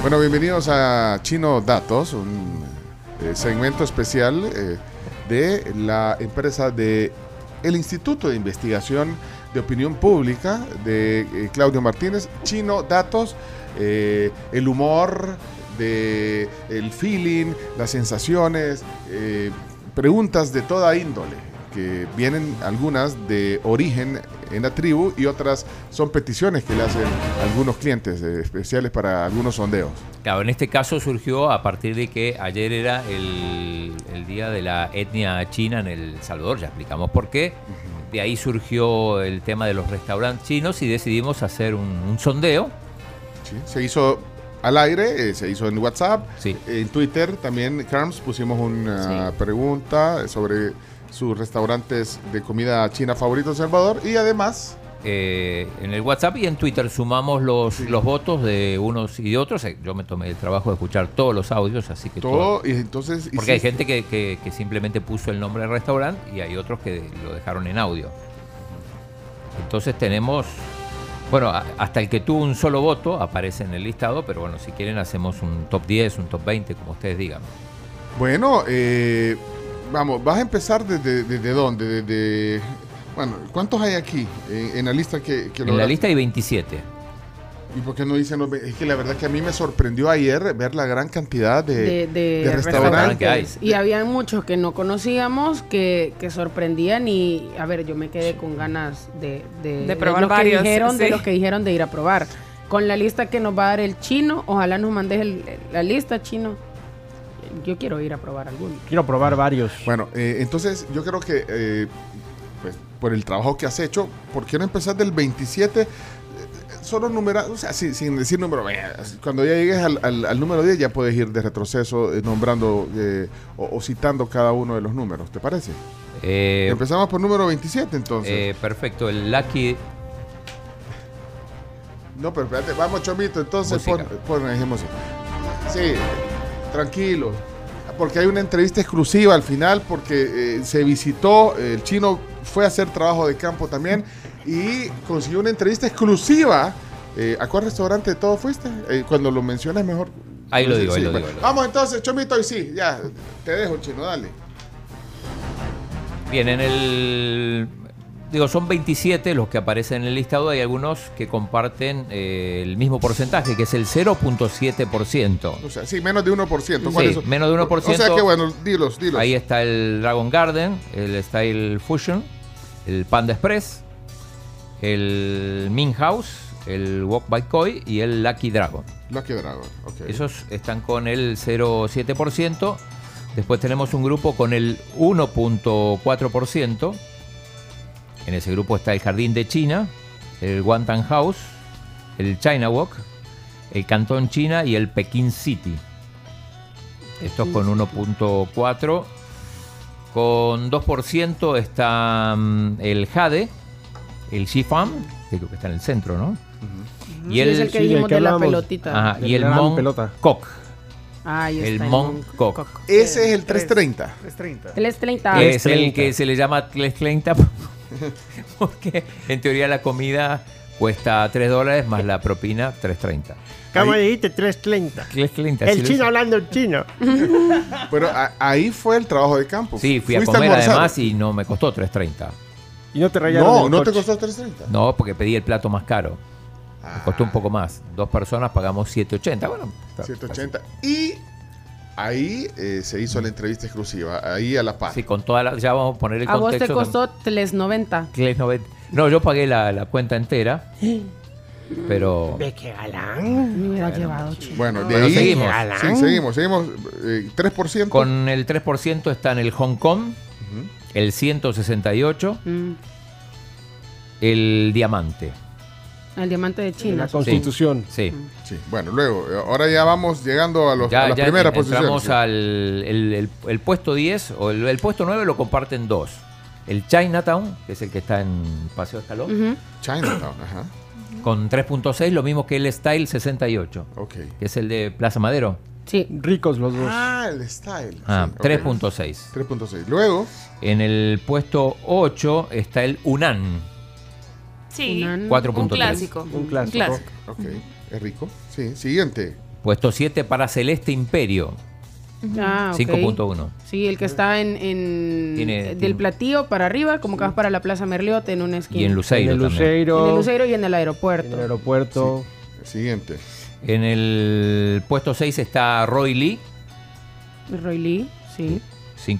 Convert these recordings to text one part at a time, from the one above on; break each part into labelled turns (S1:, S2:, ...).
S1: Bueno, bienvenidos a Chino Datos, un eh, segmento especial eh, de la empresa de el Instituto de Investigación de Opinión Pública de eh, Claudio Martínez, Chino Datos, eh, el humor, de el feeling, las sensaciones, eh, preguntas de toda índole, que vienen algunas de origen en la tribu y otras son peticiones que le hacen algunos clientes eh, especiales para algunos sondeos.
S2: Claro, en este caso surgió a partir de que ayer era el, el día de la etnia china en El Salvador, ya explicamos por qué. De ahí surgió el tema de los restaurantes chinos y decidimos hacer un, un sondeo.
S1: ¿sí? Se hizo al aire, eh, se hizo en WhatsApp,
S2: Sí.
S1: en Twitter también, Carms, pusimos una pregunta sobre sus restaurantes de comida china favoritos en Salvador y además...
S2: eh, en el WhatsApp y en Twitter sumamos los, los votos de unos y de otros. Eh, Yo me tomé el trabajo de escuchar todos los audios, así que todo-
S1: Todo, y entonces...
S2: Porque hay
S1: hiciste-
S2: gente que, que- que simplemente puso el nombre del restaurante y hay otros que lo dejaron en audio. Entonces tenemos, bueno, a- hasta el que tuvo un solo voto aparece en el listado, pero bueno, si quieren hacemos un top 10, un top 20, como ustedes digan.
S1: Bueno, eh, vamos, vas a empezar desde, desde dónde, desde... Bueno, ¿cuántos hay aquí en, en la lista que, que
S2: En la
S1: lograste?
S2: lista hay 27.
S1: ¿Y por qué no dicen los ve- Es que la verdad que a mí me sorprendió ayer ver la gran cantidad de,
S3: de, de
S1: de
S2: restaurantes
S1: restaurantes.
S2: que hay.
S3: Y había muchos que no conocíamos que, que sorprendían y, a ver, yo me quedé con ganas de, de,
S4: De probar
S3: los
S4: varios,
S3: Que dijeron, De
S4: sí.
S3: los que dijeron de ir a probar. Con la lista que nos va a dar el chino, ojalá nos mandes el- la lista chino. Yo quiero ir a probar alguno.
S5: Quiero probar varios.
S1: Bueno, eh, entonces yo creo que eh, pues, por el trabajo que has hecho, ¿por qué no empezar del 27? Eh, Solo numerar, o sea, sin, sin decir número, eh, cuando ya llegues al, al- al número 10 ya puedes ir de retroceso eh, nombrando eh, o, o citando cada uno de los números, ¿te parece?
S2: Eh,
S1: Empezamos por número 27 entonces.
S2: eh, perfecto, el Lucky
S1: no, pero espérate, vamos Chomito, entonces pon,
S2: Música.
S1: pon- eh, música. Sí, tranquilo. Porque hay una entrevista exclusiva al final, porque eh, se visitó, eh, el chino fue a hacer trabajo de campo también y consiguió una entrevista exclusiva. Eh, ¿A cuál restaurante de todo fuiste? Eh, cuando lo mencionas mejor.
S2: Ahí lo digo, ahí lo
S1: bueno.
S2: digo, ahí lo
S1: Vamos entonces, Chomito, y sí, ya, te dejo, chino, dale.
S2: Bien, en el. Digo, son 27 los que aparecen en el listado. Hay algunos que comparten eh, el mismo porcentaje, que es el 0.7%.
S1: O sea, sí, menos de 1%. ¿cuál
S2: Sí,
S1: es eso?
S2: menos de 1%.
S1: O sea que bueno, dilos, dilos.
S2: Ahí está el Dragon Garden, el Style Fusion, el Panda Express, el Min House, el Walk by Koi y el Lucky Dragon.
S1: Lucky Dragon, ok.
S2: Esos están con el 0,7%. Después tenemos un grupo con el 1,4%. En ese grupo está el Jardín de China, el Guantan House, el China Walk, el Cantón China y el Pekín City. Estos con 1.4. Con 2% está mm, el Jade, el Xifam, que creo que está en el centro, ¿no?
S3: Sí, es el
S5: sí,
S3: que
S5: del
S3: dijimos
S5: que
S3: de la
S5: hablábamos.
S3: pelotita.
S2: Ajá, y
S5: Del
S2: el
S5: gran
S2: Monk
S5: pelota.
S2: Cock.
S3: Ahí
S2: El
S3: está
S2: Monk Cock.
S1: Ese es el 330.
S5: Es 30.
S3: El es 30.
S2: es el
S5: 3.30.
S2: que se le llama 330 porque en teoría la comida cuesta 3 dólares más la propina 330.
S6: ¿Cómo dijiste? 330.
S2: 330.
S6: El
S2: sí,
S6: chino hablando en chino.
S1: Pero a- ahí fue el trabajo de campo.
S2: Sí, fui a
S1: Fuiste
S2: comer
S1: almorzar.
S2: además y no me costó 330.
S5: Y no te rayaron.
S1: No,
S5: el
S1: no te
S5: coche.
S1: costó 330.
S2: No, porque pedí el plato más caro. Me costó un poco más. Dos personas pagamos 780. Bueno, está-
S1: 180. Y ahí eh, se hizo la entrevista exclusiva, ahí a la paz.
S2: Sí, con toda la, ya vamos a poner el
S3: A vos te
S2: contexto.
S3: costó 390.
S2: también. 3.90. No, yo pagué la, la cuenta entera. Pero
S6: ¿Ves qué galán?
S3: Me hubiera llevado, chino.
S1: Bueno, de
S2: Bueno,
S1: ahí.
S2: seguimos.
S1: Sí, seguimos, seguimos. eh, 3%.
S2: con el 3% están el Hong Kong,
S1: Ujú.
S2: el 168,
S3: Mm,
S2: el diamante.
S3: el diamante de China.
S5: La constitución.
S2: Sí.
S3: Mm.
S1: Sí, bueno, luego, eh, ahora ya vamos llegando a, los, a las primeras
S2: entramos
S1: posiciones.
S2: al el, el- el puesto 10 o el, el puesto 9 lo comparten dos. El Chinatown, que es el que está en Paseo Escalón,
S3: Ujú.
S1: Chinatown, ajá.
S2: con 3.6, lo mismo que el Style 68,
S1: Ok.
S2: que es el de Plaza Madero.
S3: Sí.
S5: Ricos los dos.
S1: Ah, el style.
S2: Ah,
S1: sí, ok.
S2: 3.6.
S1: 3.6. Luego,
S2: En el puesto 8 está el Unan.
S4: Sí,
S3: Unan.
S4: un
S2: 4.3.
S4: clásico.
S5: Un clásico.
S1: ok, es rico. Sí, siguiente.
S2: Puesto 7 para Celeste Imperio,
S3: Ah, ok.
S2: 5.1.
S3: Sí, el que está en, en-
S2: Tiene-
S3: del
S2: tiene-
S3: platillo para arriba, como que vas para la Plaza Merliot en una esquina.
S2: Y en
S5: en
S2: Luceiro
S5: el
S2: también.
S5: Luceiro,
S3: En el Luceiro y en el aeropuerto.
S5: en el aeropuerto.
S1: Siguiente.
S2: En el puesto 6 está Roy Lee,
S3: Pues Roy Lee, sí.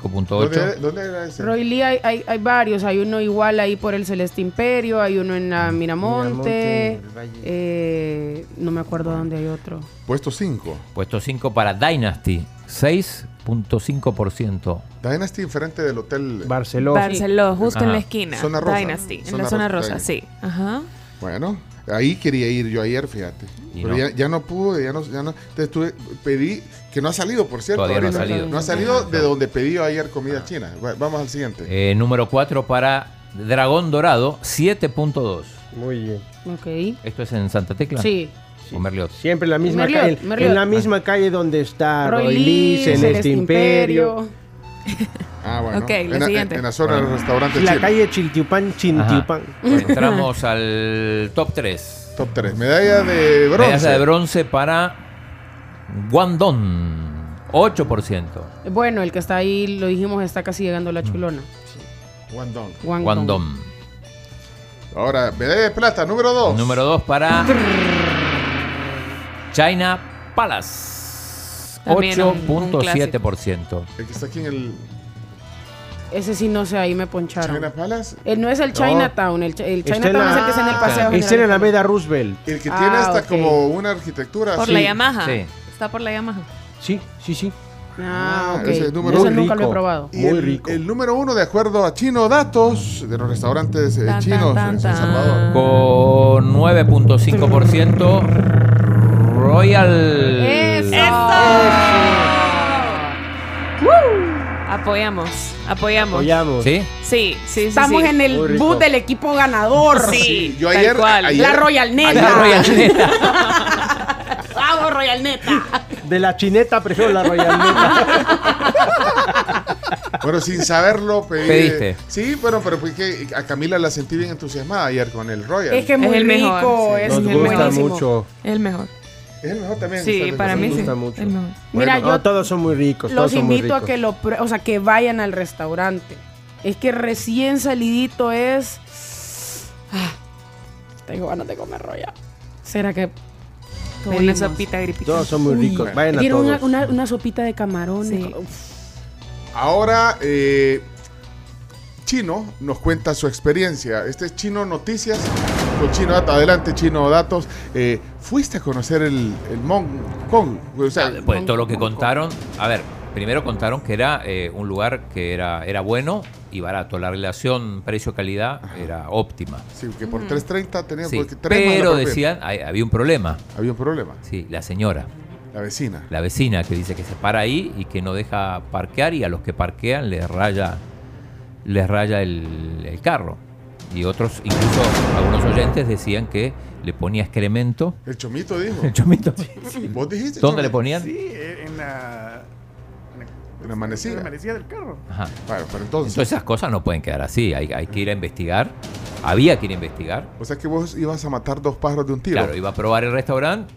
S1: ¿Dónde,
S2: 5.8.
S1: dónde era ese?
S3: Roy Lee hay, hay, hay varios, hay uno igual ahí por el Celeste Imperio, hay uno en la Miramonte,
S6: Miramonte, el Valle.
S3: eh, no me acuerdo dónde hay otro.
S1: Puesto 5.
S2: Puesto 5 para Dynasty, 6.5%.
S1: Dynasty enfrente del hotel.
S5: Barcelona.
S4: Barceló, justo en
S2: Ajá.
S4: la esquina.
S1: Zona rosa.
S4: Dynasty, en
S1: Zona
S4: la zona
S1: rosa,
S4: rosa, sí. Ajá.
S1: Bueno, ahí quería ir yo ayer, fíjate.
S2: Y
S1: Pero
S2: no.
S1: Ya, ya no pude, ya no, ya no. Entonces tuve- pedí, que no ha salido, por cierto.
S2: Todavía no ha
S1: ahorita.
S2: salido.
S1: No ha salido de donde pedí yo ayer comida china. Va- vamos al siguiente.
S2: Eh, número 4 para Dragón Dorado, 7.2.
S5: Muy bien.
S3: Ok.
S2: Esto es en Santa Tecla.
S3: Sí.
S2: O Merliot.
S5: Siempre en la misma
S3: Merliot,
S5: calle. en-
S3: Merliot.
S5: En la misma calle donde está
S3: Roy
S5: Ah, Roy
S3: Lee,
S5: Lee, Celeste Imperio.
S1: Ah, bueno.
S4: Ok,
S1: en,
S4: la
S1: la-
S4: siguiente.
S1: en la zona del restaurante
S5: La
S1: chino.
S5: calle Chiltiupán, Chintiupán.
S2: Entramos al top 3.
S1: Top 3. Medalla de bronce.
S2: Medalla de bronce para Guandón, 8%.
S3: Bueno, el que está ahí, lo dijimos, está casi llegando a la chulona.
S1: Guangdong.
S3: Guangdong.
S2: Guandón.
S1: Ahora, medalla de plata, número 2.
S2: Número 2 para China Palace,
S4: También un- un
S2: 8.7%.
S1: El que está aquí en el
S3: Ese sí, no sé, ahí me poncharon.
S1: China Palace.
S3: Eh, no es el Chinatown, el, chi- el
S5: Está en Este
S3: Chinatown es el
S5: la- este
S3: que está en el paseo.
S2: Ah,
S5: Está en
S3: General.
S5: la Avenida Roosevelt.
S1: El que
S3: Ah,
S1: tiene hasta
S3: ok.
S1: como una arquitectura
S4: Por
S1: así.
S4: la Yamaha.
S2: sí.
S4: Está por la Yamaha.
S5: Sí, sí, sí.
S3: Ah,
S1: Ah,
S3: ok.
S1: ese es número
S3: Ese
S5: uno.
S3: nunca lo he
S5: Rico.
S3: probado.
S1: Y
S5: Muy
S1: el,
S5: rico.
S1: el número uno, de acuerdo a Chino Datos, de los restaurantes eh,
S4: Tan, tan,
S1: chinos
S4: tan,
S1: en San
S4: tan.
S1: Salvador.
S2: Con 9.5%, Royal.
S3: Eso.
S4: Apoyamos, apoyamos.
S5: Apoyamos.
S2: ¿Sí?
S4: Sí, sí, sí.
S3: Estamos
S4: sí.
S3: en
S5: Muy
S3: el
S5: rico.
S3: boot del equipo ganador.
S4: Sí,
S1: yo
S4: tal
S1: ayer-
S4: cual.
S1: ayer-
S3: La Royal Neta.
S2: La Royal Neta.
S3: Vamos, Royal Neta.
S5: De la chineta prefiero la royaleta.
S1: Bueno, sin saberlo, pedí. eh,
S2: Pediste.
S1: Sí, bueno, pero pues que a Camila la sentí bien entusiasmada ayer con el Royal.
S3: Es que muy
S4: el
S3: rico.
S4: mejor, sí.
S3: Es
S5: Nos
S3: muy
S5: gusta
S3: buenísimo.
S5: mucho.
S4: El mejor.
S1: Es el mejor también.
S4: Sí,
S1: ¿sabes?
S4: para
S1: Nos
S4: mí sí.
S5: gusta mucho.
S1: gusta.
S4: El mejor.
S3: Mira,
S5: Bueno,
S3: yo
S5: no, todos son muy ricos. todos
S3: los
S5: son muy
S3: invito a
S5: ricos.
S3: que lo, prue- o sea, que vayan al restaurante. Es que recién salidito es. Ah, tengo ganas de comer roya. ¿Será que
S4: Como una
S3: pedimos?
S4: sopita gripita.
S5: Todos son muy
S3: Uy.
S5: ricos. Vayan a
S3: Tiene una,
S5: todos.
S3: una- una sopita de camarones.
S4: Sí.
S3: Uf.
S1: Ahora, eh, Chino nos cuenta su experiencia. Este es Chino Noticias con Chino Datos. Adelante, Chino Datos. Eh, ¿Fuiste a conocer el, el Mong Kong? O sea,
S2: Pues todo lo que contaron. A ver, primero contaron que era eh, un lugar que era, era bueno y barato. La relación precio-calidad era óptima.
S1: Sí, que por 3.30 teníamos
S2: Sí,
S1: porque tres más pues, la
S2: pero
S1: propia.
S2: decían, hay- había un problema.
S1: Había un problema.
S2: Sí, la señora,
S1: La vecina.
S2: la vecina que dice que se para ahí y que no deja parquear y a los que parquean les raya, les raya el, el carro. Y otros, incluso algunos oyentes decían que le ponía excremento.
S1: El chomito dijo.
S2: El chomito.
S1: ¿Vos dijiste?
S2: ¿Dónde le
S1: chomito?
S2: ponían?
S7: Sí, eh, en la. En la,
S1: En la manecilla.
S7: en la manecilla del carro.
S2: Ajá.
S1: Bueno, pero entonces.
S2: Entonces esas cosas no pueden quedar así. Hay, hay que ir a investigar. Había que ir a investigar.
S1: O sea que vos ibas a matar dos pájaros de un tiro.
S2: Claro, iba a probar el restaurante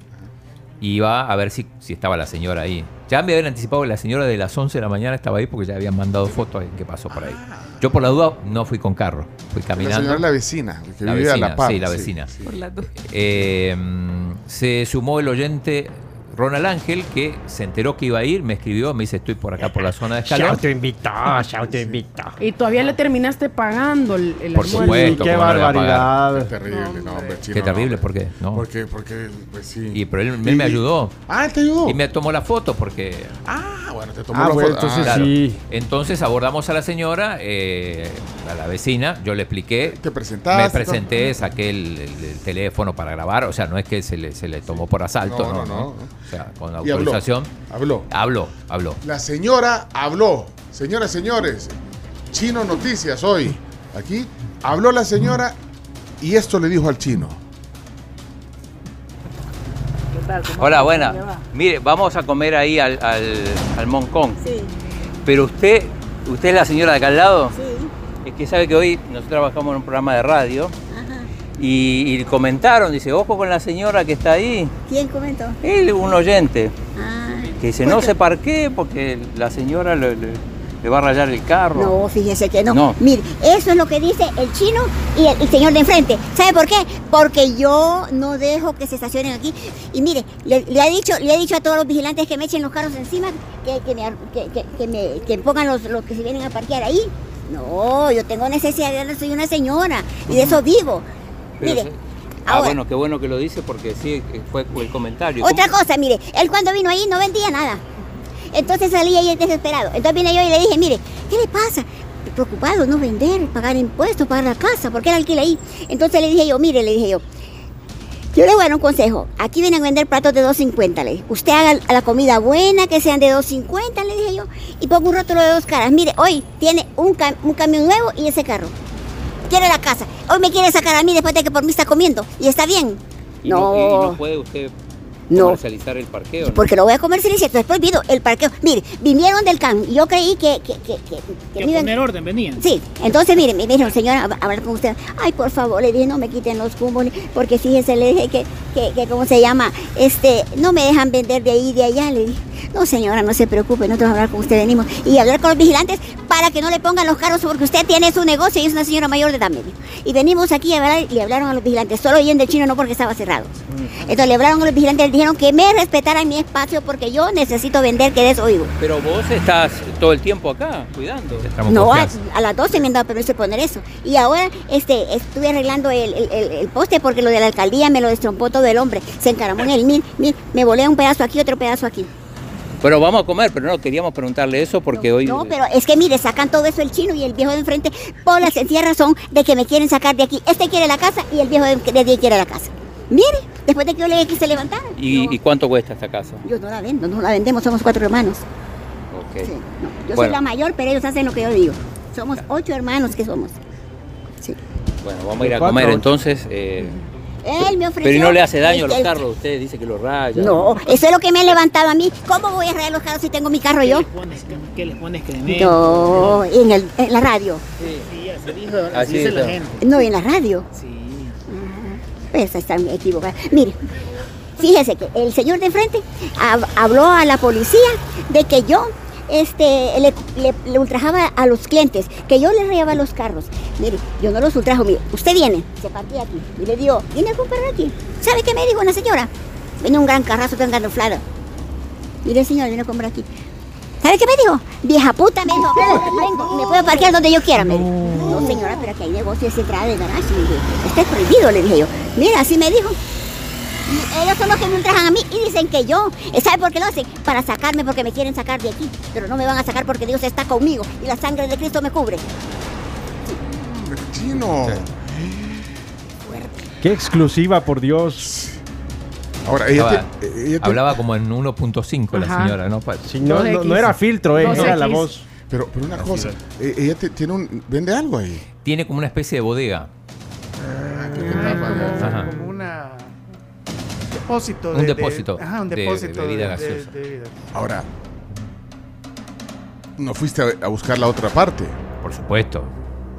S2: y iba a ver si, si estaba la señora ahí. Ya me habían anticipado que la señora de las 11 de la mañana estaba ahí porque ya habían mandado fotos de qué pasó por ahí. Yo por la duda no fui con carro, fui
S1: Ah. la señora
S2: caminando.
S1: es la vecina, que
S2: La
S1: vive a
S2: vecina,
S1: la par.
S2: sí, la vecina.
S4: Por las dos.
S2: Eh, mm, se sumó el oyente Ronald Ángel que se enteró que iba a ir, me escribió, me dice estoy por acá por la zona de
S6: Se
S2: escalón.
S6: autoinvitó, se autoinvitó.
S3: Y todavía le terminaste pagando el, el
S2: Por
S3: almuerzo.
S5: Sí,
S2: supuesto,
S5: qué
S2: ¿cómo no le va a pagar?
S1: Qué
S5: barbaridad.
S1: terrible, no, hombre, chino,
S2: Qué
S1: no,
S2: terrible,
S1: hombre.
S2: ¿por qué? No.
S1: Porque, porque, pues sí.
S2: Y pero él, él me
S1: Y-
S2: ayudó
S1: Ah, él te ayudó.
S2: y me tomó la foto porque
S1: Ah, bueno, te tomó
S5: Ah,
S1: la
S5: bueno,
S1: foto. Ah,
S5: entonces
S2: claro.
S5: sí.
S2: Entonces abordamos a la señora, eh, a la vecina, yo le expliqué.
S1: Te presentaste,
S2: Me presenté, saqué el, el- el teléfono para grabar, o sea, no es que se le, se le tomó por asalto,
S1: No,
S2: no,
S1: no, no.
S2: O sea, con
S1: Y habló.
S2: autorización.
S1: Habló.
S2: Habló, habló.
S1: La señora habló. Señoras, señores, Chino Noticias hoy. Aquí habló la señora y esto le dijo al chino.
S2: Hola, buena. Mire, vamos a comer ahí al, al, al Hong Kong.
S8: Sí,
S2: Pero usted, usted es la señora de acá al lado.
S8: sí.
S2: Es que sabe que hoy nosotros trabajamos en un programa de radio
S8: y, y comentaron, dice, ojo con la señora que está ahí.
S9: ¿Quién comentó?
S8: Él, un oyente,
S9: Ah,
S8: que dice, no se parquee porque la señora le, le- le va a rayar el carro.
S9: no, fíjese que no.
S8: No.
S9: Mire, eso es lo que dice el chino y el, el señor de enfrente. ¿Sabe por qué? Porque yo no dejo que se estacionen aquí. Y mire, le, le ha dicho, le he dicho a todos los vigilantes que me echen los carros encima, que, que me, ar- que, que- que me- que pongan los, los que se vienen a parquear ahí. No, yo tengo necesidad de hablar, soy una señora y de eso vivo.
S8: Pero
S9: Mire,
S8: se- Ah,
S9: ahora,
S8: bueno, qué bueno que lo dice porque sí, eh, fue el comentario.
S9: Otra
S8: ¿Cómo?
S9: cosa, mire, él cuando vino ahí no vendía nada. Entonces salía ahí desesperado. Entonces vine yo y le dije, mire, ¿qué le pasa? Preocupado, no vender, pagar impuestos, pagar la casa, porque él alquila ahí. Entonces le dije yo, mire, le dije yo, yo le voy a dar un consejo. Aquí vienen a vender platos de 2.50, le dije. Usted haga la comida buena, que sean de 2.50, le dije yo. Y pongo un rótulo de dos caras. Mire, hoy tiene un, cam- un camión nuevo y ese carro. Quiere la casa. Hoy me quiere sacar a mí después de que por mí está comiendo. Y está bien.
S8: Y no, y no puede usted
S9: No.
S8: comercializar el parqueo. ¿no?
S9: Porque lo voy a comercializar, entonces prohibido el parqueo. Mire, vinieron del CAM y yo creí que... Que, que, que- que
S10: Que
S9: me iban-
S10: poner orden venían.
S9: Sí, entonces mire, me dijeron, señora, hab- hablar con usted. Ay, por favor, le dije, no me quiten los cúmulos, porque fíjese, le dije que, que, que, ¿cómo se llama? Este, no me dejan vender de ahí y de allá, le dije. No, señora, no se preocupe, nosotros a hablar con usted venimos. Y hablar con los vigilantes para que no le pongan los carros, porque usted tiene su negocio y es una señora mayor de edad, me dijo. Y venimos aquí a hablar, y le hablaron a los vigilantes, solo oyen del chino, no porque estaba cerrado. Entonces le hablaron a los vigilantes, le dijeron que me respetaran mi espacio, porque yo necesito vender, que de eso vivo.
S8: Pero vos estás todo el tiempo acá, cuidando.
S2: Estamos
S9: No, a,
S2: confiados.
S9: a las 12 me han dado permiso de poner eso. Y ahora este, estuve arreglando el, el- el- el poste porque lo de la alcaldía me lo destrompó todo el hombre. Se encaramó en el mil, mil. Me volé un pedazo aquí, otro pedazo aquí.
S8: Pero vamos a comer, pero no queríamos preguntarle eso porque hoy.
S9: No, pero es que mire, sacan todo eso el chino y el viejo de enfrente por la sencilla razón de que me quieren sacar de aquí. Este quiere la casa y el viejo de, de aquí quiere la casa. Mire, después de que yo le dije que se levantara.
S8: ¿Y,
S9: no,
S8: y cuánto cuesta esta casa?
S9: yo no la vendo, no la vendemos, somos cuatro hermanos.
S8: Ok.
S9: Sí, no. Yo soy
S8: Bueno.
S9: la mayor, pero ellos hacen lo que yo digo. Somos ocho hermanos que somos. Sí.
S8: Bueno, vamos a ir a
S5: Cuatro,
S8: comer
S5: ocho.
S8: entonces. eh,
S9: Él me ofreció.
S8: pero y no le hace daño a los
S9: el-
S8: carros, usted dice que los raya.
S9: No, eso es lo que me han levantado a mí. ¿Cómo voy a rayar los carros si tengo mi carro yo?
S10: ¿Qué les pones? ¿Qué- ¿Qué les pones cremento?
S9: No, en, el, en la radio.
S8: Sí.
S10: Sí, así dijo, así
S8: Así
S10: dice la
S8: está.
S10: gente.
S9: No, en la radio.
S10: Sí.
S9: Pues están equivocadas. Mire, fíjese que el señor de frente hab- habló a la policía de que yo este, le, le- le ultrajaba a los clientes, que yo les rayaba los carros. Mire, yo no los ultrajo. Mire, usted viene, se partía aquí y le digo, ¿viene a comprar aquí? ¿Sabe qué me dijo una señora? Viene un gran carrazo tan ganoflado. Mire, señor, viene a comprar aquí. ¿Sabe qué me dijo? Vieja puta, me dijo, vengo, me puedo parquear donde yo quiera, me dijo. No, señora, pero aquí hay negocios de entrada de garaje. Le dije, está prohibido, le dije yo. Mira, así me dijo. Y ellos son los que me ultrajan a mí y dicen que yo. eh, ¿Sabe por qué lo hacen? Para sacarme, porque me quieren sacar de aquí. Pero no me van a sacar porque Dios está conmigo y la sangre de Cristo me cubre.
S1: Chino.
S5: Qué exclusiva, por Dios.
S1: Ahora, ella,
S2: Hablaba,
S1: tiene- eh, ella tiene-
S2: hablaba como en 1.5 la
S3: Ajá.
S2: señora, ¿no? Pa-
S5: Sí, no,
S3: Dos
S5: no-
S3: X.
S5: no era filtro, eh,
S3: Dos
S5: era la
S3: X.
S5: voz.
S1: pero, pero una cosa, eh, ella te- tiene un, vende algo ahí.
S2: Tiene como una especie de bodega.
S7: como,
S2: Ajá.
S7: como una depósito
S2: Un
S7: de- de-
S2: depósito
S7: ajá, un
S2: de- de
S7: depósito de,
S2: bebida
S7: de-
S2: gaseosa.
S7: de bebida.
S1: Ahora, no fuiste a, a buscar la otra parte.
S2: Por supuesto.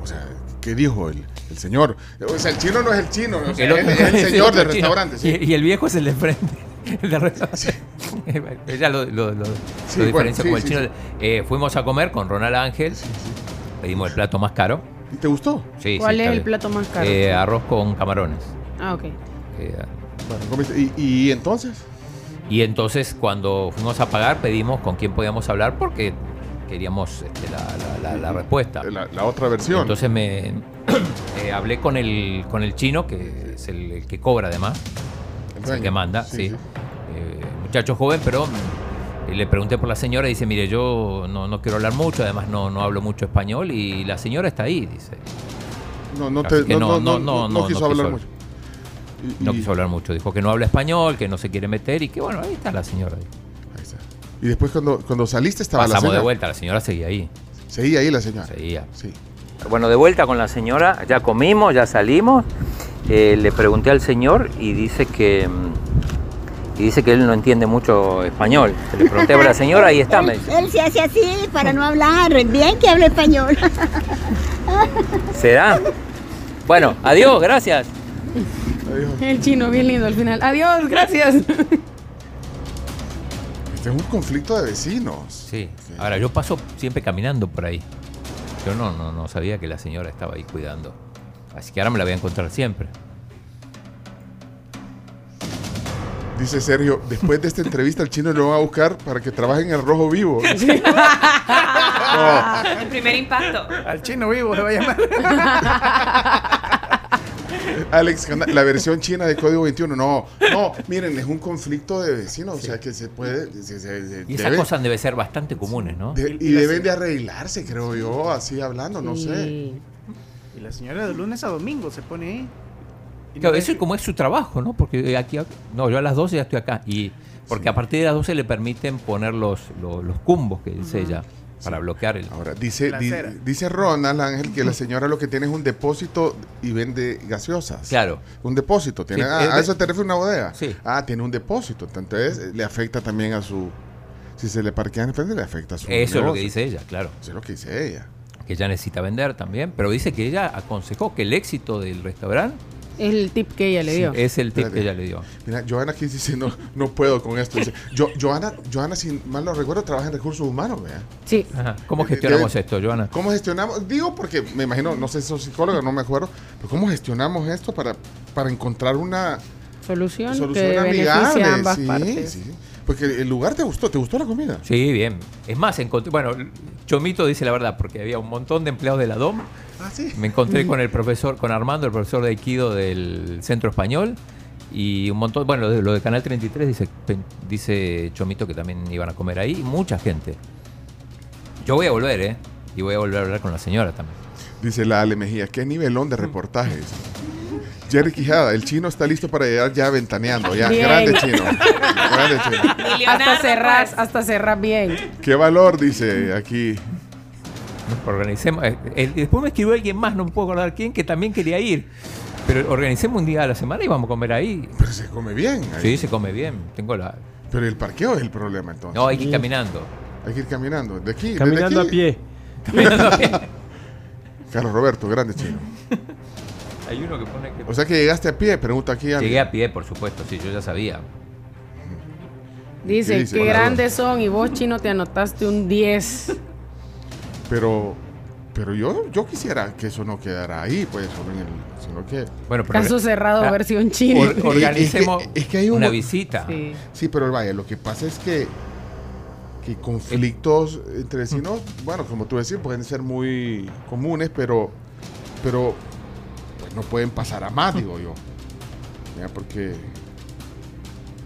S1: O sea, ¿qué dijo el, el señor? O sea, el chino no es el chino, o sea,
S2: El
S1: él
S2: otro-
S1: es el,
S2: el
S1: señor
S2: otro
S1: del
S2: chino.
S1: restaurante. sí.
S2: Y, y el viejo es el de enfrente. El de restaurante. Ella lo, lo- lo- lo
S1: bueno,
S2: diferencia
S1: sí,
S2: como el
S1: sí,
S2: chino. Eh, fuimos a comer con Ronald Ángel. Pedimos el plato más caro.
S1: ¿Y ¿Te gustó?
S2: Sí,
S3: ¿Cuál
S2: sí,
S3: es
S2: está
S3: el
S2: bien.
S3: plato más caro?
S2: Eh, arroz con camarones.
S3: ah, ok.
S2: Eh,
S1: Bueno, comiste. ¿Y, y entonces?
S2: Y entonces cuando fuimos a pagar pedimos con quién podíamos hablar porque queríamos este, la, la- la- la respuesta.
S1: eh, La, la otra versión.
S2: Entonces me eh, hablé con el, con el chino, que es el, el que cobra además,
S1: El
S2: es el
S1: dueño.
S2: que manda, sí. Eh, muchacho joven, pero mm, eh, le pregunté por la señora y dice, mire, yo no, no quiero hablar mucho, además no, no hablo mucho español y la señora está ahí, dice.
S1: No, no,
S2: Así
S1: te,
S2: que
S1: no, no, no, no,
S2: no
S1: quiso
S2: quiso
S1: hablar
S2: hablar.
S1: mucho. Y-
S2: No
S1: y-
S2: quiso hablar mucho, dijo que no habla español, que no se quiere meter y que bueno, ahí está la señora.
S1: Ahí está. Y después cuando, cuando saliste estaba la
S2: Pasamos
S1: señora.
S2: de vuelta, la señora seguía ahí,
S1: Seguía ahí la señora.
S2: seguía.
S1: Sí.
S8: Bueno, de vuelta con la señora, ya comimos, ya salimos. Eh, le pregunté al señor y dice que mm, y dice que él no entiende mucho español. Se le pregunté a la señora y está. me
S9: él,
S8: dice.
S9: él se hace así para no hablar. Bien que habla español.
S8: ¿Será? Bueno, adiós, gracias.
S1: dijo.
S3: El chino, bien lindo al final. Adiós, gracias.
S1: Este es un conflicto de vecinos.
S2: Sí. Ahora, yo paso siempre caminando por ahí. Yo no, no, no sabía que la señora estaba ahí cuidando. Así que ahora me la voy a encontrar siempre.
S1: Dice Sergio, después de esta entrevista el chino lo va a buscar para que trabaje en el rojo vivo. No.
S4: El primer impacto.
S7: Al chino vivo se va a llamar.
S1: Alex, Cana- la versión china de Código 21. No, no, miren, es un conflicto de vecinos, o sea que se puede... se- se- se
S2: Y esas
S1: debe-
S2: cosas han de ser bastante comunes, ¿no?
S1: de- y deben de arreglarse, creo yo, así hablando, no sé.
S7: Y la señora de lunes a domingo se pone ahí. Y
S2: Claro,
S7: no
S2: eso
S7: ve-
S2: como es su trabajo, ¿no? Porque aquí, no, yo a las 12 ya estoy acá. Y porque a partir de las 12 le permiten poner los, los, los cumbos que dice ella para bloquear el.
S1: Ahora, dice,
S7: La
S1: di-
S7: acera.
S1: dice Ronald Ángel que la señora lo que tiene es un depósito y vende gaseosas.
S2: Claro.
S1: Un depósito. Tiene,
S2: Sí,
S1: ah,
S2: es
S1: ¿A
S2: de-
S1: eso te refieres una bodega?
S2: Sí.
S1: Ah, tiene un depósito. Entonces eh, le afecta también a su... Si se le parquean enfrente, le afecta a su...
S2: Eso es lo que
S1: negocio.
S2: dice ella, claro.
S1: Eso es lo que dice ella.
S2: Que ella necesita vender también. Pero dice que ella aconsejó que el éxito del restaurante
S3: Es el tip que ella le dio.
S2: es el tip
S1: Espérate.
S2: que ella le dio.
S1: Mira, Joana aquí dice, no, no puedo con esto. Dice, yo, Joana, Joana, si mal no recuerdo, trabaja en recursos humanos, vea.
S3: Sí.
S2: Ajá. ¿Cómo
S1: Eh,
S2: gestionamos
S1: eh,
S2: esto, Joana?
S1: ¿Cómo gestionamos? Digo porque me imagino, no sé si sos psicóloga, no me acuerdo, pero ¿cómo gestionamos esto para, para encontrar una
S3: Solución, que
S1: solución
S3: beneficia a
S1: amigable?
S3: ambas
S1: Sí,
S3: partes.
S1: sí. Porque el lugar te gustó, ¿te gustó la comida?
S2: Sí, bien. Es más, encontré. Bueno, Chomito dice la verdad, porque había un montón de empleados de la DOM.
S1: Ah, sí.
S2: Me encontré con el profesor, con Armando, el profesor de Aikido del Centro Español. Y un montón, bueno, lo de, lo de Canal 33 dice, pen- dice Chomito que también iban a comer ahí. Mucha gente. Yo voy a volver, ¿eh? Y voy a volver a hablar con la señora también.
S1: Dice la Ale Mejía, qué nivelón de reportajes. Jerry Quijada, el chino está listo para llegar ya ventaneando, ya.
S3: Bien.
S1: Grande chino. Grande chino.
S3: Hasta cerrar,
S4: cerras
S3: hasta cerrar bien.
S1: Qué valor, dice aquí.
S2: Organicemos. eh, eh, después me escribió alguien más, no me puedo acordar quién, que también quería ir. Pero organicemos un día a la semana y vamos a comer ahí.
S1: Pero se come bien. ahí.
S2: Sí, se come bien. Tengo la.
S1: Pero el parqueo es el problema entonces.
S2: No, hay que ir caminando.
S1: Hay que ir caminando. De aquí, desde
S5: Caminando a
S1: aquí.
S5: pie.
S2: Caminando a pie.
S1: Carlos Roberto, grande chino.
S2: Hay uno que pone que.
S1: O sea que llegaste a pie, pregunta aquí a
S2: Llegué a pie, por supuesto, sí, yo ya sabía.
S1: ¿Qué
S3: Dice,
S1: dice?
S3: qué
S1: Hola,
S3: grandes son y vos, chino, te anotaste un 10.
S1: Pero, pero yo, yo quisiera que eso no quedara ahí, pues, solo en el, sino que.
S2: Bueno, pero.
S3: Caso cerrado,
S2: Ah,
S3: versión chino.
S2: or- organicemos
S1: Es que- es que hay un-
S2: una visita.
S3: Sí.
S1: Sí, pero vaya, lo que pasa es que, que conflictos entre vecinos, bueno, como tú decías, pueden ser muy comunes, pero, pero pues, no pueden pasar a más, digo yo. Ya, porque.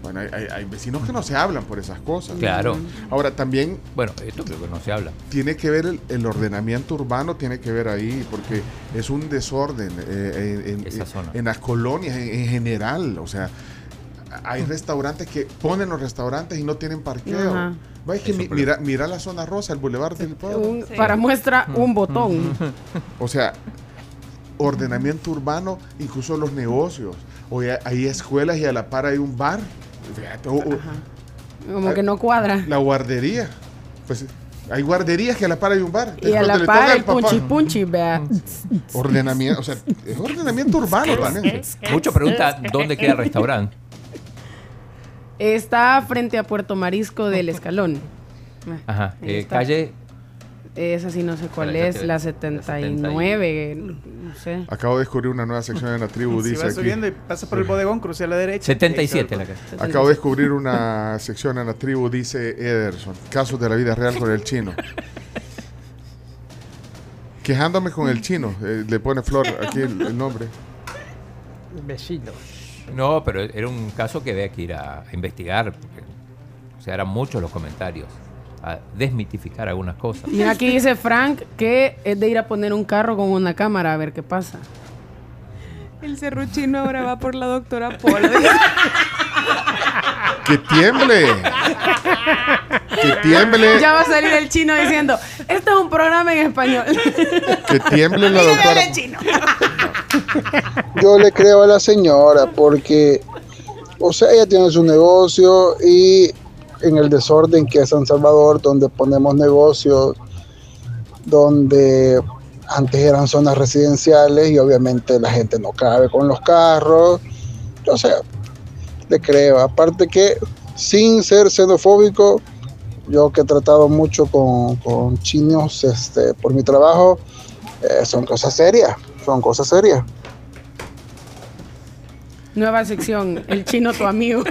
S1: Bueno, hay, hay- hay vecinos que no se hablan por esas cosas.
S2: Claro.
S1: Ahora, también
S2: Bueno, esto creo que no se habla.
S1: tiene que ver el, el ordenamiento urbano, tiene que ver ahí, porque es un desorden eh, en, en-
S2: Esa zona.
S1: en las colonias en, en general. O sea,
S3: Mm.
S1: hay restaurantes que ponen los restaurantes y no tienen parqueo.
S3: Ajá.
S1: Va, es que
S2: Eso
S1: mi-
S2: es
S1: mira, mira la zona rosa, el bulevar del pueblo.
S3: Un- Para muestra, un botón.
S1: O sea, ordenamiento urbano, incluso los negocios. Hoy hay, hay escuelas y a la par hay un bar. Fíjate, o- o-
S3: Como que no cuadra.
S1: la guardería. Pues hay guarderías que a la par hay un bar.
S3: Y a
S1: Cuando
S3: la
S1: le
S3: par
S1: toca
S3: el
S1: al papá-
S3: punchi punchi, vea.
S1: Ordenamiento, o sea, es ordenamiento urbano también.
S2: Mucho pregunta dónde queda el restaurante.
S3: Está frente a Puerto Marisco del Escalón.
S2: Ajá.
S3: Ahí
S2: eh,
S3: está.
S2: calle.
S3: Esa sí no sé cuál
S2: Parece
S3: es,
S2: que-
S3: la
S2: la
S3: 79, no sé.
S1: Acabo de descubrir una nueva sección en la tribu,
S7: Si
S1: dice
S7: va
S1: aquí.
S7: subiendo y pasa por el bodegón, cruce a la derecha.
S2: 77 la calle.
S1: Acabo de descubrir una sección en la tribu, dice Ederson. Casos de la vida real con el chino. Quejándome con el chino, eh, le pone Flor aquí el, el nombre.
S6: Vecino.
S2: No, pero era un caso que había que ir a investigar. porque, o sea, eran muchos los comentarios. A desmitificar algunas cosas.
S3: Mira, aquí dice Frank que es de ir a poner un carro con una cámara a ver qué pasa.
S4: El cerruchino ahora va por la doctora Polo.
S1: ¡Que tiemble! ¡Que tiemble!
S3: Ya va a salir el chino diciendo, este es un programa en español.
S1: ¡Que tiemble la doctora!
S11: yo le creo a la señora porque, o sea, ella tiene su negocio y en el desorden que es San Salvador, donde ponemos negocios, donde antes eran zonas residenciales y obviamente la gente no cabe con los carros O sea, le creo. Aparte que, sin ser xenofóbico, yo que he tratado mucho con, con chinos este, por mi trabajo, eh, son cosas serias, son cosas serias.
S3: Nueva sección, el chino tu amigo.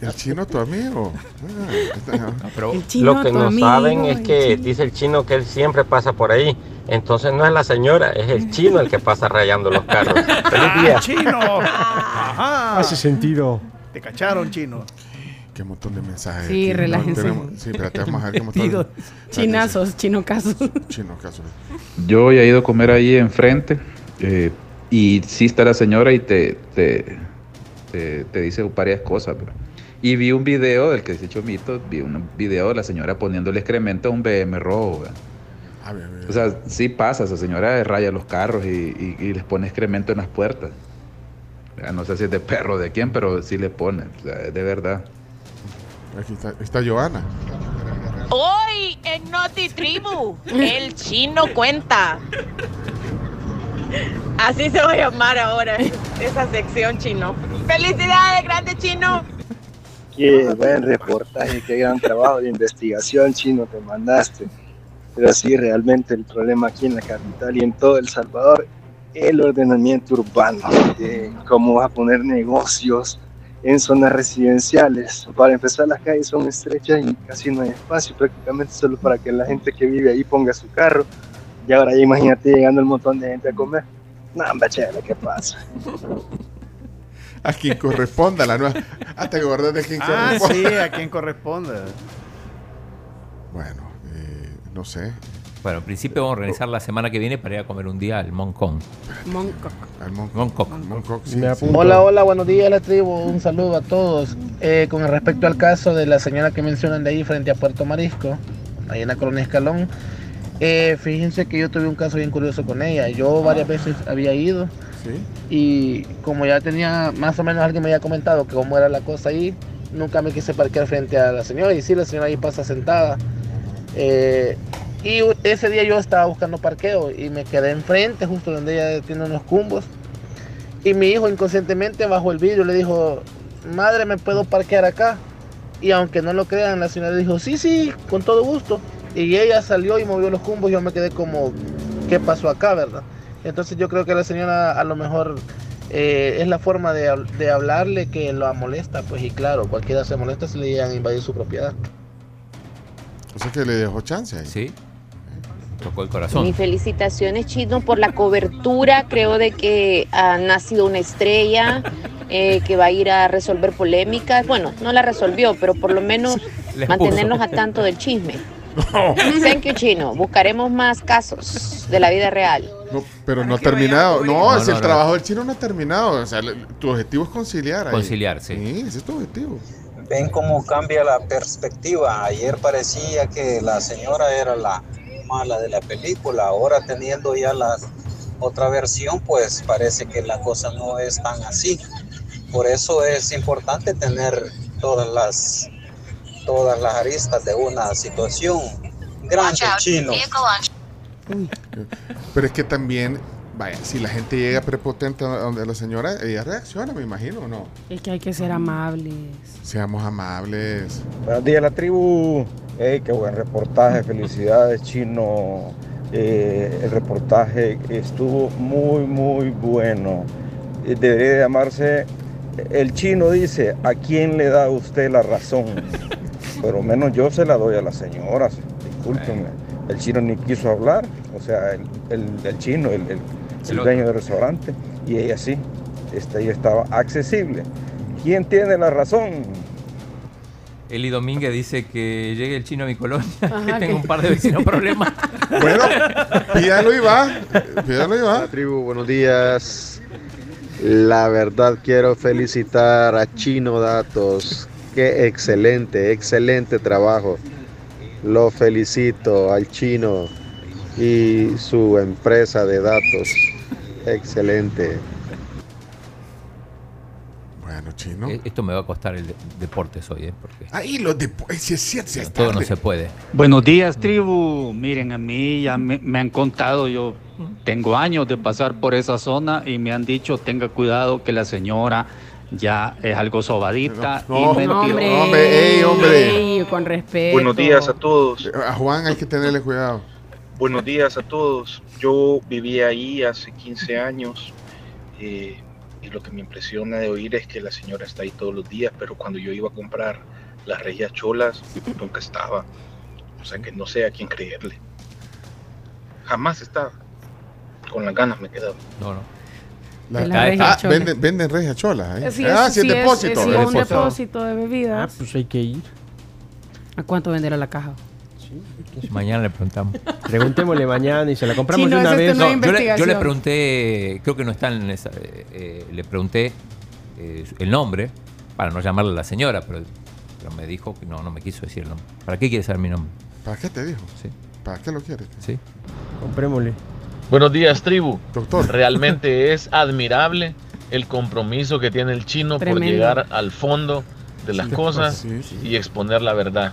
S1: El chino tu amigo. Ah, está-
S3: El chino,
S12: lo que
S3: tu
S12: no
S3: amigo,
S12: saben es
S3: el
S12: que dice el chino que él siempre pasa por ahí. Entonces no es la señora, es el chino el que pasa rayando los carros. ¡Feliz día!
S7: ¡Ah, chino! Ajá.
S5: Ah, Hace sentido.
S12: Ah,
S7: Te cacharon, chino.
S1: Qué montón de mensajes.
S3: Sí,
S1: aquí. No
S3: relájense.
S1: tenemos- sí, espérate, vamos a ver qué montón de-
S3: Chinazos, chinocazos.
S1: Ah, Chino, caso.
S13: Yo ya he ido a comer ahí enfrente eh, y sí está la señora y te, te, te- te dice varias cosas. pero- Y vi un video del que dice Chomito, vi un video de la señora poniéndole excremento a un BM rojo. ¿verdad? O sea, sí pasa, esa señora eh, raya los carros y, y- y les pone excremento en las puertas. ¿Verdad? No sé si es de perro o de quién, pero sí le pone, o sea, es de verdad.
S1: Aquí está, está Joana.
S14: Hoy en Naughty Tribu, el chino cuenta. Así se va a llamar ahora esa sección chino. ¡Felicidades, grande chino!
S15: Qué buen reportaje, qué gran trabajo de investigación chino te mandaste. Pero sí, realmente el problema aquí en la capital y en todo El Salvador, el ordenamiento urbano, de cómo vas a poner negocios en zonas residenciales. Para empezar, las calles son estrechas y casi no hay espacio, prácticamente solo para que la gente que vive ahí ponga su carro. Y ahora ya imagínate llegando el montón de gente a comer. No, hombre, chévere, ¿qué pasa?
S1: A quien corresponda la nueva. Hasta que guardas de quien
S7: Ah, sí,
S1: corresponda.
S7: a quien corresponda.
S1: Bueno, eh, no sé.
S2: Bueno, en principio vamos a organizar la semana que viene para ir a comer un día al Moncón.
S3: Monco.
S1: Al Moncón.
S2: Moncón.
S1: Me apunto.
S10: Hola, hola, buenos días la tribu, un saludo a todos. Eh, con respecto al caso de la señora que mencionan de ahí frente a Puerto Marisco, ahí en la colonia Escalón, eh, fíjense que yo tuve un caso bien curioso con ella. Yo varias veces había ido y como ya tenía, más o menos alguien me había comentado que cómo era la cosa ahí, nunca me quise parquear frente a la señora y sí, la señora ahí pasa sentada. Eh, y u- ese día yo estaba buscando parqueo y me quedé enfrente, justo donde ella tiene unos cumbos. Y mi hijo inconscientemente bajo el vidrio le dijo, madre, ¿me puedo parquear acá? Y aunque no lo crean, la señora dijo, sí, sí, con todo gusto. Y ella salió y movió los cumbos y yo me quedé como, ¿qué pasó acá, verdad? Entonces yo creo que la señora a lo mejor eh, es la forma de, hab- de hablarle que lo molesta, pues y claro, cualquiera se molesta si le llegan a invadir su propiedad.
S1: O sea que le dejó chance ahí.
S2: Sí. Tocó el
S16: Mis
S2: corazón.
S16: felicitaciones, Chino, por la cobertura. Creo de que ha nacido una estrella eh, que va a ir a resolver polémicas. Bueno, no la resolvió, pero por lo menos
S17: les
S16: mantenernos
S17: puso.
S16: a tanto del chisme. Thank you, Chino. Buscaremos más casos de la vida real.
S1: No, pero no ha terminado. No,
S2: No,
S1: es
S2: no,
S1: el
S2: no.
S1: trabajo del chino no ha terminado. O sea, le- tu objetivo es conciliar. ahí.
S2: Conciliar, sí.
S1: Sí, ese es tu objetivo.
S18: Ven cómo cambia la perspectiva. Ayer parecía que la señora era la mala de la película. Ahora teniendo ya la otra versión, pues parece que la cosa no es tan así. Por eso es importante tener todas las todas las aristas de una situación. Grande chino.
S1: Pero es que también, vaya, si la gente llega prepotente a donde la señora, ella reacciona, me imagino, ¿o no?
S3: Es que hay que ser amables.
S1: Seamos amables.
S19: Buenos días, la tribu. Ey, qué buen reportaje. Felicidades, chino. Eh, el reportaje estuvo muy, muy bueno. Eh, Debería llamarse El chino dice, ¿a quién le da usted la razón? Pero menos yo se la doy a las señoras. Discúlpenme. El chino ni quiso hablar. O sea, el, el- el chino, el, el- el dueño del restaurante. Y ella sí. Este, ella estaba accesible. ¿Quién tiene la razón?
S2: Eli Domínguez dice que llegue el chino a mi colonia, que
S20: Ajá,
S2: tengo
S20: que-
S2: un par de vecinos problemas.
S1: bueno, pídalo y va. Pídalo y va.
S21: La tribu, buenos días. La verdad quiero felicitar a Chino Datos. Qué excelente, excelente trabajo. Lo felicito al Chino y su empresa de datos. Excelente.
S1: Bueno, chino.
S2: Eh, Esto me va a costar el de- deportes hoy, ¿eh? Porque
S20: Ah,
S1: Ahí los deportes, eh, si es cierto, si es
S2: todo no
S1: tarde.
S2: se puede.
S17: Buenos días, tribu. Miren, a mí ya me, me han contado, yo tengo años de pasar por esa zona y me han dicho, tenga cuidado que la señora ya es algo sobadita
S1: No, no,
S17: y mentirosa.
S1: hombre, Hombre, ey, hombre.
S3: Ey, con respeto.
S20: Buenos días a todos.
S1: A Juan hay que tenerle cuidado.
S20: Buenos días a todos. Yo viví ahí hace 15 años eh, y lo que me impresiona de oír es que la señora está ahí todos los días, pero cuando yo iba a comprar las reyes cholas, nunca estaba. O sea que no sé a quién creerle. Jamás estaba. Con las ganas me quedaba.
S2: No, no.
S1: La-
S3: De las
S1: ah,
S3: rejas cholas.
S1: venden, venden rejas cholas. ahí.
S3: Eh, sí,
S1: ah,
S3: es-
S1: si es
S3: sí, es-
S1: depósito.
S3: es- sí,
S1: ¿verdad?
S3: es un depósito de
S5: Ah,
S3: bebidas.
S6: pues hay que ir.
S3: Ah, ¿A cuánto venderá la caja?
S2: Mañana le preguntamos.
S6: Preguntémosle mañana y se la compramos
S3: Chino,
S6: de una
S3: es este
S6: vez.
S3: no
S2: yo, le, yo le
S3: investigación.
S2: pregunté, creo que no está en esa. eh, eh, le pregunté eh, el nombre, para no llamarle la señora, pero, pero me dijo que no, no me quiso decir el nombre. ¿Para qué quiere saber mi nombre?
S1: ¿Para qué te dijo? ¿Para qué lo quieres?
S2: Sí.
S6: Comprémosle.
S22: Buenos días, tribu.
S1: Doctor.
S22: Realmente es admirable el compromiso que tiene el chino por
S1: Tremendo.
S22: llegar al fondo de las
S1: Sí,
S22: cosas
S1: sí, sí.
S22: y exponer la verdad.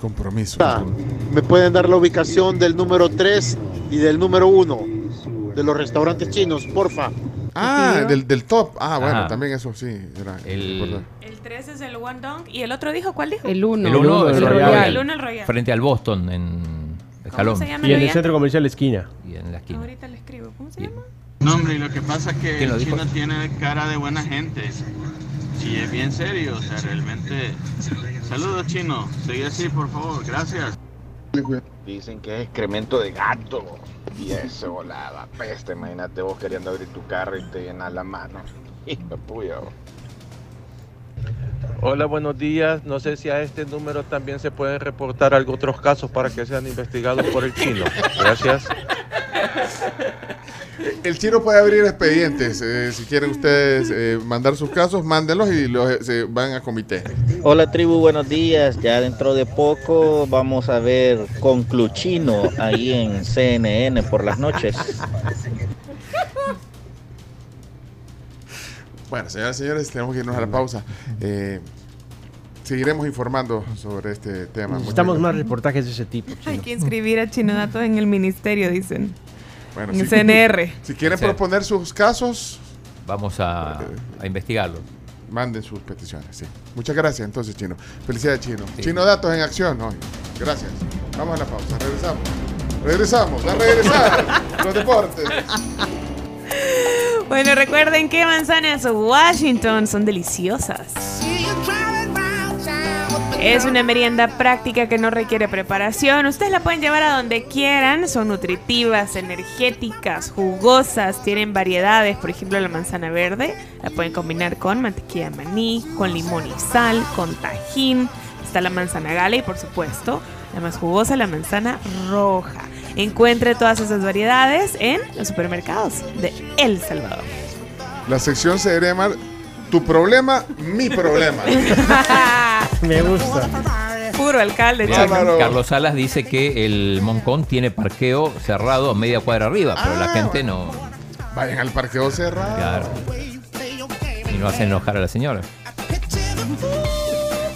S1: Compromiso.
S3: Ah.
S23: ¿Me pueden dar la ubicación del número 3 y del número 1 de los restaurantes chinos, porfa?
S1: Ah, del, del top. Ah, bueno,
S22: Ajá.
S1: también eso sí. Era
S2: El,
S4: El 3 es el One Dunk y el otro dijo, ¿cuál dijo?
S3: El 1.
S2: el uno
S4: el
S2: es el
S4: Royal.
S2: Royal,
S4: El uno, el Royal.
S2: Frente al Boston, en el jalón.
S4: se llama
S6: Y en el
S4: bien?
S6: centro comercial esquina.
S2: Y en la esquina.
S4: Ahorita le escribo. ¿Cómo se llama?
S24: No, hombre, y lo que pasa es que
S2: ¿Quién lo
S24: el
S2: dijo?
S24: chino tiene cara de buena gente. Y es bien serio, o sea, realmente. Saludos, chino. Seguí así, por favor. Gracias.
S25: Dicen que es excremento de gato. Y eso, volaba peste. Imagínate vos queriendo abrir tu carro y te llenas la mano. Hijo de puya, vos.
S26: Hola, buenos días. No sé si a este número también se pueden reportar algo otros casos para que sean investigados por el chino. Gracias.
S1: El chino puede abrir expedientes. eh, si quieren ustedes eh, mandar sus casos, mándenlos y los, eh, se van a comité.
S27: Hola tribu, buenos días. Ya dentro de poco vamos a ver con Cluchino ahí en CNN por las noches.
S1: Bueno, señoras y señores, tenemos que irnos a la pausa. Eh, seguiremos informando sobre este tema.
S6: Necesitamos más reportajes de ese tipo.
S4: Hay que inscribir a Chino Datos en el ministerio, dicen.
S1: Bueno,
S4: en
S1: sí.
S4: CNR.
S1: Si quieren
S2: Sí.
S1: proponer sus casos,
S2: Vamos a, a investigarlo.
S1: manden sus peticiones. Sí. Muchas gracias, entonces, Chino. Felicidades, Chino. Chino Datos en acción hoy. Gracias. Vamos a la pausa. Regresamos. Regresamos. A regresar. Los deportes.
S4: Bueno, recuerden que manzanas Washington son deliciosas. Es una merienda práctica que no requiere preparación. Ustedes la pueden llevar a donde quieran. Son nutritivas, energéticas, jugosas. Tienen variedades. Por ejemplo, la manzana verde la pueden combinar con mantequilla de maní, con limón y sal, con tajín. Está la manzana gala y, por supuesto, la más jugosa, la manzana roja. Encuentre todas esas variedades en los supermercados de El Salvador.
S1: La sección se llama Tu problema, mi problema.
S6: Me gusta.
S4: Puro alcalde,
S2: Mira,
S4: chino.
S2: Carlos Salas dice que el Moncón Ah, tiene parqueo cerrado a media cuadra arriba, pero la gente no.
S1: Vayan al parqueo cerrado.
S2: Claro. Y no hacen enojar a la señora.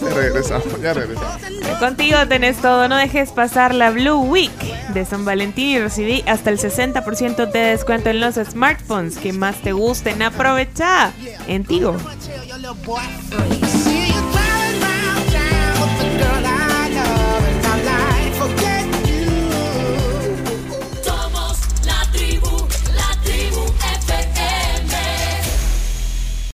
S1: Ya regresamos, ya regresamos.
S4: Contigo tenés todo, no dejes pasar la Blue Week de San Valentín y recibí hasta el 60% de descuento en los smartphones que más te gusten. Aprovecha en Tigo.